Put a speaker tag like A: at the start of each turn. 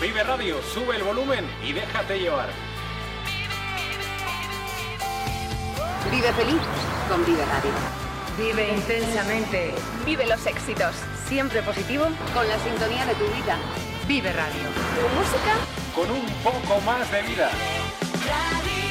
A: Vive Radio, sube el volumen y déjate llevar.
B: Vive feliz con Vive Radio.
C: Vive intensamente.
D: Vive los éxitos.
C: Siempre positivo.
B: Con la sintonía de tu vida.
C: Vive Radio.
D: Tu música.
A: Con un poco más de vida. Radio.